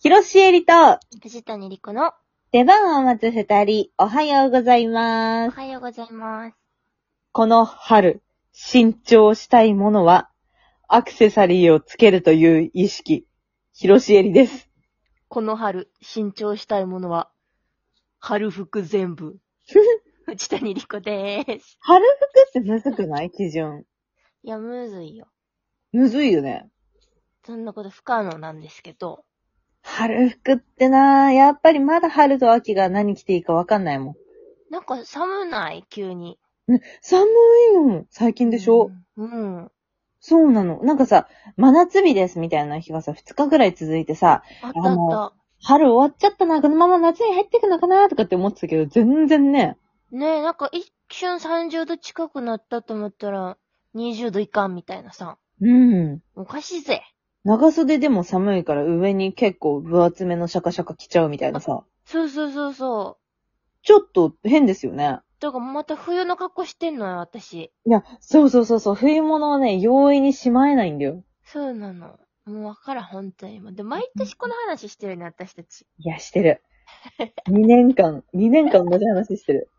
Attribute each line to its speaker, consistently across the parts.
Speaker 1: 広しえりと、
Speaker 2: 藤谷莉子の、
Speaker 1: 出番を待つ二人、おはようござい
Speaker 2: お
Speaker 1: ます。
Speaker 2: はようございます。
Speaker 1: この春、新調したいものは、アクセサリーをつけるという意識、広しえりです。
Speaker 2: この春、新調したいものは、春服全部。藤谷莉子でーす。
Speaker 1: 春服ってむずくない基準。
Speaker 2: いや、むずいよ。
Speaker 1: むずいよね。
Speaker 2: そんなこと不可能なんですけど、
Speaker 1: 春服ってなぁ、やっぱりまだ春と秋が何着ていいかわかんないもん。
Speaker 2: なんか寒ない急に。
Speaker 1: 寒いの最近でしょ、
Speaker 2: うん。うん。
Speaker 1: そうなの。なんかさ、真夏日ですみたいな日がさ、2日ぐらい続いてさ、
Speaker 2: あったあっ
Speaker 1: の
Speaker 2: た。
Speaker 1: 春終わっちゃったな、このまま夏に入っていくのかなとかって思ってたけど、全然ね。
Speaker 2: ねえ、なんか一瞬30度近くなったと思ったら、20度いかんみたいなさ。
Speaker 1: うん。
Speaker 2: おかしいぜ。
Speaker 1: 長袖でも寒いから上に結構分厚めのシャカシャカ着ちゃうみたいなさ。
Speaker 2: そうそうそうそう。
Speaker 1: ちょっと変ですよね。
Speaker 2: だからまた冬の格好してんのよ、私。
Speaker 1: いや、そうそうそうそう、冬物はね、容易にしまえないんだよ。
Speaker 2: そうなの。もうわからん、本当に。もうで、毎年この話してるね、私たち。
Speaker 1: いや、して る。2年間、2年間同じ話してる。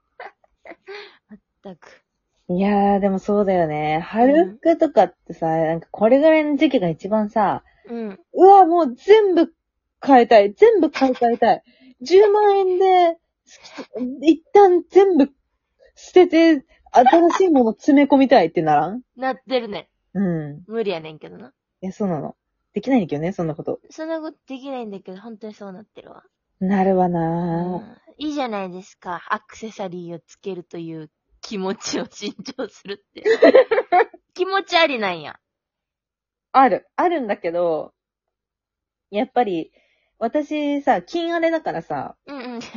Speaker 2: たく。
Speaker 1: いやー、でもそうだよね。春服とかってさ、なんかこれぐらいの時期が一番さ、
Speaker 2: うん。
Speaker 1: うわ、もう全部買いたい。全部買い替えたい。10万円で、一旦全部捨てて、新しいもの詰め込みたいってならん
Speaker 2: なってるね。
Speaker 1: うん。
Speaker 2: 無理やねんけどな。
Speaker 1: いや、そうなの。できないんだけどね、そんなこと。
Speaker 2: そんなことできないんだけど、本当にそうなってるわ。
Speaker 1: なるわ
Speaker 2: う
Speaker 1: なぁ。
Speaker 2: ん。いいじゃないですか。アクセサリーをつけるという気持ちを新調する って。気持ちありなんや。
Speaker 1: ある。あるんだけど、やっぱり、私さ、金あれだからさ、
Speaker 2: うんうん。ポ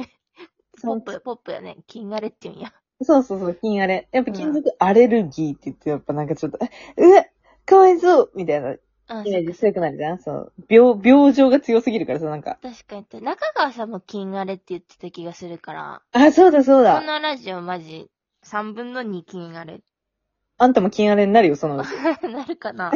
Speaker 1: そ
Speaker 2: ッ
Speaker 1: う
Speaker 2: プ、ポップやね。金がれって言うんや。
Speaker 1: そうそうそう、金あれ。やっぱ金属アレルギーって言って、やっぱなんかちょっと、うわ、かわいそうみたいな
Speaker 2: あ、
Speaker 1: イ
Speaker 2: そ
Speaker 1: メ
Speaker 2: う
Speaker 1: ー
Speaker 2: か
Speaker 1: ジ強くなるじゃんそう。病、病状が強すぎるからさ、なんか。
Speaker 2: 確かに。中川さんも金がれって言ってた気がするから。
Speaker 1: あ、そうだそう
Speaker 2: こ
Speaker 1: だ。
Speaker 2: のラジオマジ、3分の2金がれ
Speaker 1: あんたも金あれになるよ、そのうち。い
Speaker 2: なるかな。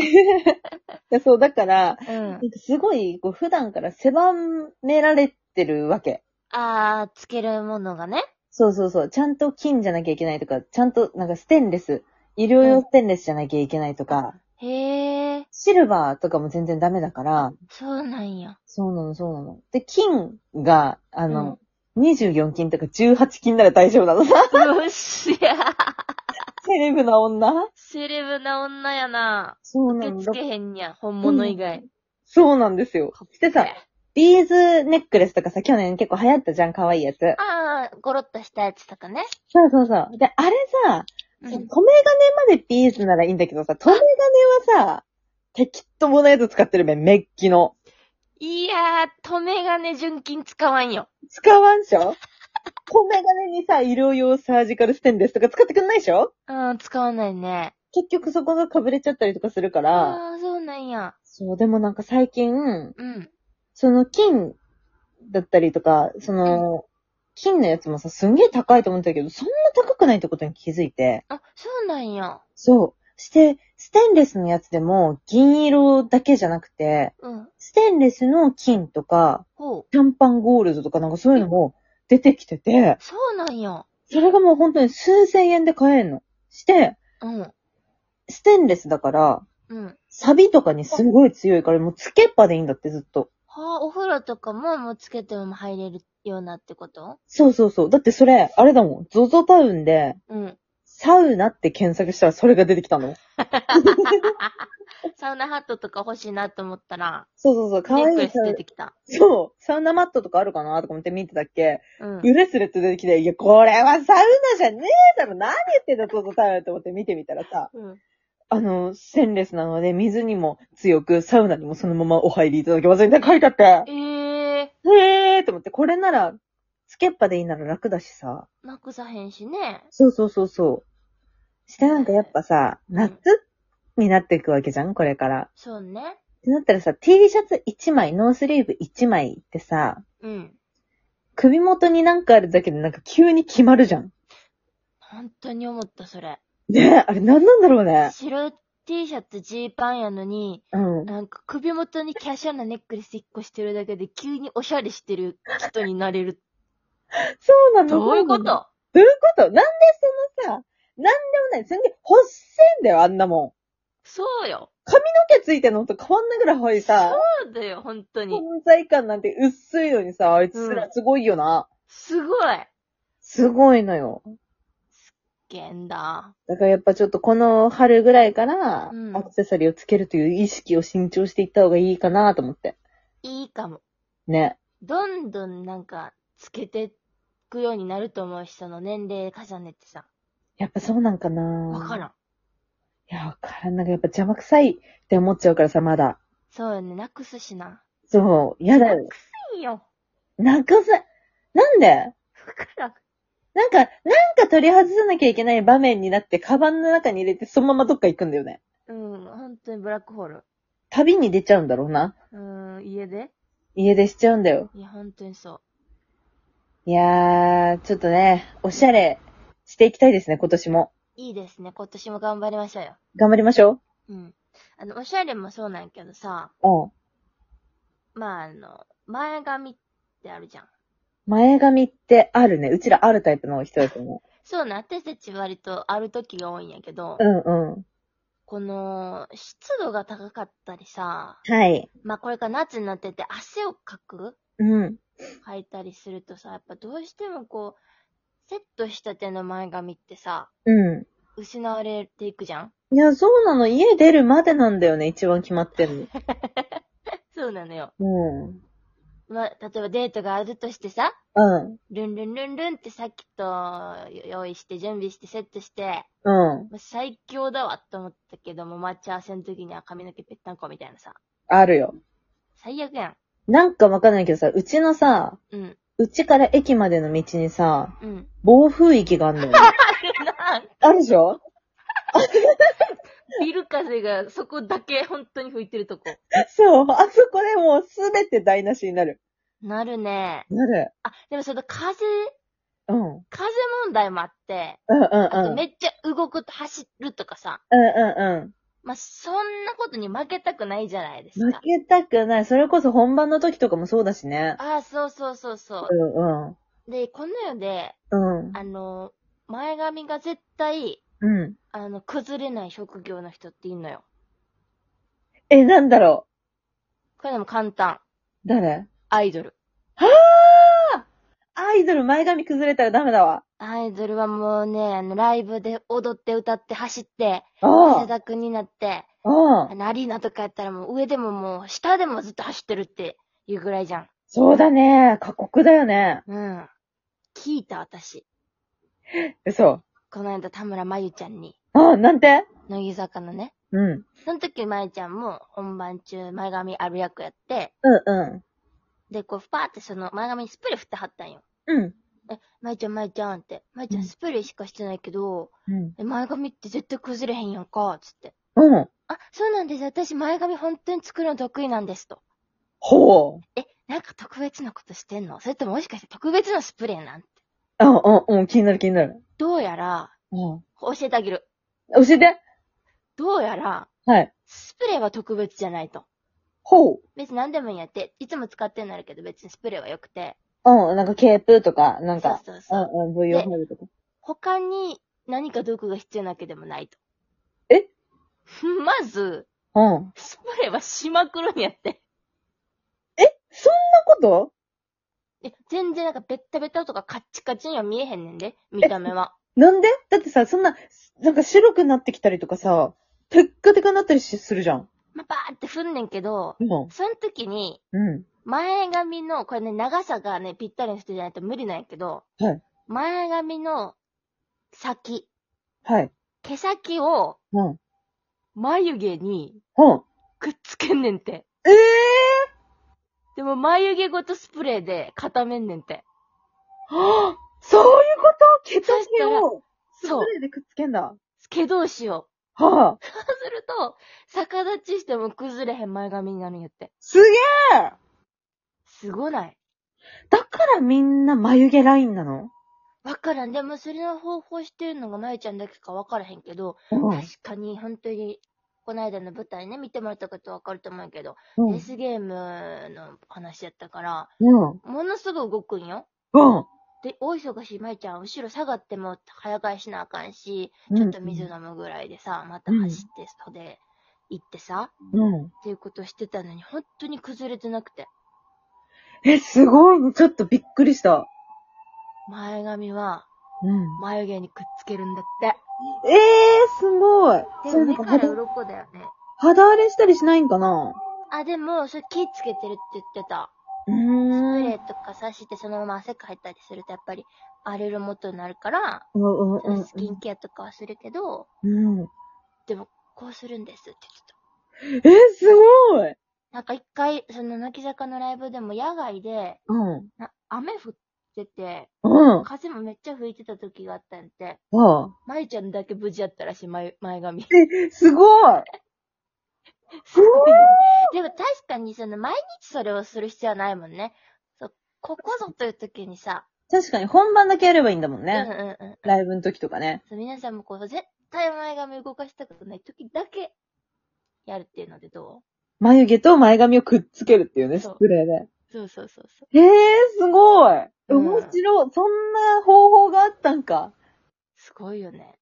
Speaker 1: やそう、だから、
Speaker 2: うん
Speaker 1: な。んかすごい、こう、普段から狭められてるわけ。
Speaker 2: あー、つけるものがね。
Speaker 1: そうそうそう。ちゃんと金じゃなきゃいけないとか、ちゃんと、なんかステンレス。医療用ステンレスじゃなきゃいけないとか、
Speaker 2: へー、
Speaker 1: シルバーとかも全然ダメだから、
Speaker 2: そうなん や。
Speaker 1: そうなの、そうなの。で、金が、あ
Speaker 2: あ
Speaker 1: の、、24金とか18金なら大丈夫なの。
Speaker 2: よっしゃ
Speaker 1: セレブな女
Speaker 2: セレブな女やな。
Speaker 1: そうな
Speaker 2: 受
Speaker 1: の。
Speaker 2: け付けへんにゃ、本物以外。
Speaker 1: そうなんですよ。でさ、ビーズネックレスとかさ、去年結構流行ったじゃん、可愛いやつ。
Speaker 2: あー、ゴロッとしたやつとかね。
Speaker 1: そうそうそう。で、あれさ、
Speaker 2: う
Speaker 1: 留め
Speaker 2: ん
Speaker 1: 金までビーズならいいんだけどさ、留め金はさ、適当なやつ使ってるべ、メッキの。
Speaker 2: いやー、止め金純金使わんよ。
Speaker 1: 使わんっしょ留め金にさ、医療用サージカルステンレスとか使ってくんないでしょ
Speaker 2: うん、使わないね。
Speaker 1: 結局そこが被れちゃったりとかするから。
Speaker 2: あー、そうなんや。
Speaker 1: そう、でもなんか最近、
Speaker 2: うん。
Speaker 1: その金だったりとか、その、金のやつもさ、すんげえ高いと思ってたけど、そんな高くないってことに気づいて。
Speaker 2: あ、そうなんや。
Speaker 1: そう。して、ステンレスのやつでも、銀色だけじゃなくて、
Speaker 2: うん。
Speaker 1: ステンレスの金とか、
Speaker 2: ほう。
Speaker 1: シャンパンゴールドとかなんかそういうのも出てきてて、
Speaker 2: そうなんや。
Speaker 1: それがもう本当に数千円で買えんの。して、
Speaker 2: うん。
Speaker 1: ステンレスだから、
Speaker 2: うん。
Speaker 1: サビとかにすごい強いから、もうつけっぱでいいんだってずっと。
Speaker 2: はあ、お風呂とかももうつけても入れるようなってこと
Speaker 1: そうそうそう。だってそれ、あれだもん。ゾゾタウンで、
Speaker 2: うん。
Speaker 1: サウナって検索したらそれが出てきたの。
Speaker 2: サウナハットとか欲しいなと思ったら、
Speaker 1: そうそうそう。
Speaker 2: ネ
Speaker 1: かわ
Speaker 2: ック
Speaker 1: い
Speaker 2: レ
Speaker 1: い
Speaker 2: ス
Speaker 1: サウ
Speaker 2: 出てきた。
Speaker 1: そう。サウナマットとかあるかなとか思って見てたっけ
Speaker 2: うん。
Speaker 1: ブレスレット出てきて、いや、これはサウナじゃねえだろ何言ってんだ、ゾゾタウンと思って見てみたらさ、
Speaker 2: うん。
Speaker 1: あの、ステンレスなので、水にも強く、サウナにもそのままお入りいただけますみたいな書いてあって、
Speaker 2: ええ
Speaker 1: へえーと思って、これなら、つけっぱでいいなら楽だしさ。
Speaker 2: ー、なくさへんしね。
Speaker 1: そうそうそうそう。してなんかやっぱさ、夏になっていくわけじゃんこれから。
Speaker 2: そうね。
Speaker 1: ってなったらさ、T シャツ1枚、ノースリーブ1枚ってさ、
Speaker 2: うん。
Speaker 1: 首元になんかあるだけでなんか急に決まるじゃん。
Speaker 2: 本当に思った、それ。
Speaker 1: ねえ、あれ何なんだろうね。
Speaker 2: 白 T シャツ、ジーパンやのに、
Speaker 1: うん。
Speaker 2: なんか首元に華奢なネックレス1個してるだけで急におしゃれしてる人になれる。
Speaker 1: そうなの
Speaker 2: どういうこ
Speaker 1: そなの
Speaker 2: と
Speaker 1: どういうことなんでそのさ、なんでもない。そんで、ほっせんだよ、あんなも
Speaker 2: そうよ。
Speaker 1: ん。のけついてんのと変わんないぐらいほいさ、
Speaker 2: そうだよ、本当に。
Speaker 1: 存在感なんて薄いのにさ、あいつらすごいよな。
Speaker 2: すごい。
Speaker 1: すごいのよ。
Speaker 2: ゲンだ。
Speaker 1: だからやっぱちょっとこの春ぐらいから
Speaker 2: う、ん
Speaker 1: アクセサリーをつけるという意識を新調していった方がいいかなと思って。
Speaker 2: いいかも。
Speaker 1: ね。
Speaker 2: どんどんなんか、つけてくようになると思う人の年齢重ねてさ。
Speaker 1: やっぱそうなんかな
Speaker 2: わ
Speaker 1: わ
Speaker 2: からん。
Speaker 1: いや、わからん。なんかやっぱ邪魔くさいって思っちゃうからさ、まだ。
Speaker 2: そうよね、なくすしな。
Speaker 1: そう、やだよ。
Speaker 2: いいよ。
Speaker 1: 泣かせ、なんで
Speaker 2: わからん。
Speaker 1: なんか、なんか取り外さなきゃいけない場面になって、カバンの中に入れてそのままどっか行くんだよね。
Speaker 2: うん、本当にブラックホール。
Speaker 1: 旅に出ちゃうんだろうな。
Speaker 2: うん、家で
Speaker 1: 家出しちゃうんだよ。
Speaker 2: いや、本当にそう。
Speaker 1: いやー、ちょっとね、おしゃれしていきたいですね、今年も。
Speaker 2: いいですね、今年も頑張りましょうよ。
Speaker 1: 頑張りましょ
Speaker 2: うん。あの、おしゃれもそうなんやけどさ、
Speaker 1: う。うん。
Speaker 2: まあ、あの、前髪ってあるじゃん。
Speaker 1: 前髪ってあるね。うちらあるタイプの人だと思
Speaker 2: そうね、私たち割とある時が多いんやけど、
Speaker 1: う。うんう
Speaker 2: この、湿度が高かったりさ、
Speaker 1: ん。はい。
Speaker 2: まあこれから夏になってて汗をかく
Speaker 1: うん。
Speaker 2: かいたりするとさ、やっぱどうしてもこう、セットしたての前髪ってさ、
Speaker 1: う
Speaker 2: 失われていくじゃん
Speaker 1: ん。いや、そうなの。家出るまでなんだよね、一番決まってる
Speaker 2: そうなのよ。
Speaker 1: の。うん。
Speaker 2: まあ、例えばデートがあるとしてさ、
Speaker 1: うん。
Speaker 2: ルンルンルンルンってさっきと用意して準備してセットして、
Speaker 1: うん。
Speaker 2: もう最強だわと思ったけども、待ち合わせの時には髪の毛ぺったんこみたいなさ。
Speaker 1: あるよ。
Speaker 2: 最悪やん。
Speaker 1: なんかわかんないけどさ、うちのさ、
Speaker 2: うん、
Speaker 1: うちから駅までの道にさ、
Speaker 2: うん。
Speaker 1: 暴風域があんのよ。
Speaker 2: なん
Speaker 1: あるでしょ
Speaker 2: ビル風がそこだけ本当に吹いてるとこ。
Speaker 1: そう。あそこでもうすべて台無しになる。
Speaker 2: なるね。
Speaker 1: なる。
Speaker 2: あ、でもその風、
Speaker 1: うん。うん
Speaker 2: 風問題もあって、
Speaker 1: うん
Speaker 2: あ
Speaker 1: う
Speaker 2: と
Speaker 1: ん。うん
Speaker 2: めっちゃ動くと走るとかさ。
Speaker 1: うんう
Speaker 2: まあ、そんなことに負けたくないじゃないで
Speaker 1: ん。
Speaker 2: す
Speaker 1: 負
Speaker 2: か。
Speaker 1: けたくない。それこそ本番の時とかもそうだしね。
Speaker 2: ああ、そうそうそうそ
Speaker 1: うんうん。
Speaker 2: う。で、この世で、
Speaker 1: うん。
Speaker 2: あの、前髪が絶対、
Speaker 1: うん。
Speaker 2: あの、崩れない職業の人っていいのよ。
Speaker 1: え、なんだろ
Speaker 2: これでも簡単。
Speaker 1: う。誰
Speaker 2: アイドル。
Speaker 1: アイドル前髪崩れたらダメだわ。
Speaker 2: アイドルはもうね、あの、ライブで踊って歌って走って、
Speaker 1: あ
Speaker 2: 汗だくになって、
Speaker 1: あ。う
Speaker 2: あ
Speaker 1: ん。
Speaker 2: の、アリーナとかやったらもう上でももう、下でもずっと走ってるっていうぐらいじゃん。
Speaker 1: そうだね。過酷だよね。
Speaker 2: うん。聞いた私。
Speaker 1: 嘘。
Speaker 2: この間田村真由ちゃんに、
Speaker 1: あなんて
Speaker 2: 乃木坂のね。
Speaker 1: うん。
Speaker 2: その時真由ちゃんも本番中前髪ある役やって、
Speaker 1: うんうん。
Speaker 2: で、こう、パーってその前髪にスプレー振ってはったんよ。
Speaker 1: うん。
Speaker 2: まゆちゃん、まゆちゃんって。まゆちゃん、
Speaker 1: うん
Speaker 2: スプレーしかしてないけど、
Speaker 1: うん。
Speaker 2: え前髪って絶対崩れへんやんか、つって。
Speaker 1: うん。
Speaker 2: あ、そうなんです。私、前髪本当に作るの得意なんです、と。
Speaker 1: ほう。
Speaker 2: え、なんか特別なことしてんのそれとももしかして特別なスプレーなんて。
Speaker 1: あ、うん、うん、気になる気になる。
Speaker 2: どうやら、
Speaker 1: うん。
Speaker 2: 教えてあげる。
Speaker 1: 教えて
Speaker 2: どうやら、
Speaker 1: はい。
Speaker 2: スプレーは特別じゃないと。
Speaker 1: ほう。
Speaker 2: 別に何でもいいんやって。いつも使ってんなるけど、別にスプレーは良くて。
Speaker 1: うん、なんかケープとか、なんか、
Speaker 2: そうそうそうう。
Speaker 1: ん、うん、VO 入るとか。
Speaker 2: 他に何か毒が必要なわけでもないと。
Speaker 1: え
Speaker 2: まず、
Speaker 1: うん。
Speaker 2: スプレーはしまくるんやって。
Speaker 1: そんなこと
Speaker 2: え、全然なんかベッタベタとかカッチカチには見えへんねんで、見た目は。
Speaker 1: なんでだってさ、そんな、なんか白くなってきたりとかさ、テッカテカになったりしするじゃん。
Speaker 2: まあ、バーって踏んねんけど、
Speaker 1: うん。
Speaker 2: その時に、
Speaker 1: うん。
Speaker 2: 前髪の、これね、長さがね、ぴったりの人じゃないと無理なんやけど、
Speaker 1: はい
Speaker 2: 前髪の先、
Speaker 1: はい。
Speaker 2: 毛先を
Speaker 1: うん。うん。
Speaker 2: 眉毛にくっつけんねんて。
Speaker 1: ええ
Speaker 2: でも眉毛ごとスプレーで固めんねんて。
Speaker 1: ーはあそういうこと毛と
Speaker 2: そした
Speaker 1: 毛
Speaker 2: ら
Speaker 1: を、ス
Speaker 2: そう
Speaker 1: プ。レーでくっつけんだ。
Speaker 2: 毛同士を。
Speaker 1: はあ。
Speaker 2: そうすると、逆立ちしても崩れへん前髪になるんやって。
Speaker 1: すげえ
Speaker 2: すごない
Speaker 1: だからみんな眉毛ラインなの
Speaker 2: わからん。でも、それの方法してるのがまゆちゃんだけかわからへんけど、
Speaker 1: うん
Speaker 2: 確かに、本当に、この間の舞台ね、見てもらったことわかると思うけど、
Speaker 1: うん。
Speaker 2: デスゲームの話やったから、
Speaker 1: うん。
Speaker 2: ものすぐ動くんよ。
Speaker 1: うん。
Speaker 2: で、大忙しい舞ちゃん、後ろ下がっても早返しなあかんし、
Speaker 1: うん
Speaker 2: ちょっと水飲むぐらいでさ、また走って、袖行ってさ、
Speaker 1: うん。
Speaker 2: っていうことしてたのに、本当に崩れてなくて。
Speaker 1: え、すごいね。ちょっとびっくりした。
Speaker 2: 前髪は、
Speaker 1: うん。
Speaker 2: 眉毛にくっつけるんだって。
Speaker 1: ええー、すごい。
Speaker 2: で
Speaker 1: それ
Speaker 2: も
Speaker 1: な
Speaker 2: 目
Speaker 1: んか
Speaker 2: から
Speaker 1: 肌、
Speaker 2: 鱗だよね。
Speaker 1: 肌荒れしたりしないんかな
Speaker 2: あ、でも、それ気つけてるって言ってた。
Speaker 1: う
Speaker 2: スプ
Speaker 1: ー
Speaker 2: レ
Speaker 1: ん。
Speaker 2: ーとかさしてそのまま汗かいたりするとやっぱり荒れる元になるから、
Speaker 1: うんうん
Speaker 2: そうの
Speaker 1: ん
Speaker 2: スキンケアとかはするけど、
Speaker 1: うん。うん。
Speaker 2: でもこうするんですって言ってた。
Speaker 1: えー、すごい。
Speaker 2: なんか一回、その泣き坂のライブでも野外で、
Speaker 1: うん。
Speaker 2: な雨降ってて、
Speaker 1: うん。
Speaker 2: 風もめっちゃ吹いてた時があったんで、
Speaker 1: ああ。
Speaker 2: まゆちゃんだけ無事やったらしい、前前髪。
Speaker 1: すごい。
Speaker 2: すごいよねでも確かにその毎日それをする必要はないもんね。そうここぞという時にさ、
Speaker 1: 確かに本番だけやればいいんだもん
Speaker 2: うんう
Speaker 1: ね。
Speaker 2: んうん。
Speaker 1: ライブの時とかね。
Speaker 2: そう皆さんもこう、絶対前髪動かしたことない時だけやるっていうのでど
Speaker 1: 眉毛と前髪をくっつけるっていうね、ス
Speaker 2: そう
Speaker 1: プレーで。
Speaker 2: うそうそうそうそう。
Speaker 1: ええー、すごい。
Speaker 2: うん
Speaker 1: 面白い。そんな方法があったんか。
Speaker 2: すごいよね。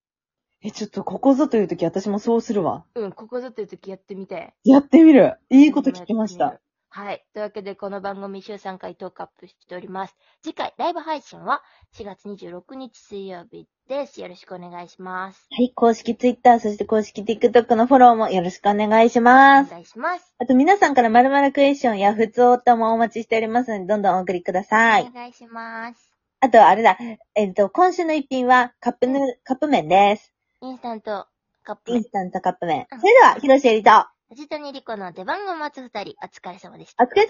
Speaker 1: え、ちょっとここぞという時私もそうするわ。
Speaker 2: うん、ここぞという時やってみて。
Speaker 1: やってみる。いいこと聞きました。。
Speaker 2: はい。というわけで、この番組週3回トークアップしております。次回、ライブ配信は4月26日水曜日です。よろしくお願いします。
Speaker 1: はい、公式 Twitter、そして公式 TikTok のフォローもよろしくお願いしま
Speaker 2: お
Speaker 1: す。
Speaker 2: 願いします。
Speaker 1: あと皆さんから〇〇クエスチョンや普通歌もお待ちしておりますので、どんどんお送りください
Speaker 2: お。願いします。
Speaker 1: あと、あれだ、えっと、今週の一品はカップヌ、カップ麺です。
Speaker 2: インスタントカップ
Speaker 1: イン
Speaker 2: 麺、
Speaker 1: スタントカップ麺
Speaker 2: うん。
Speaker 1: それでは、広瀬えりと、
Speaker 2: 藤谷莉子の出番を待つ二人、お疲れ様でした
Speaker 1: お。疲れ様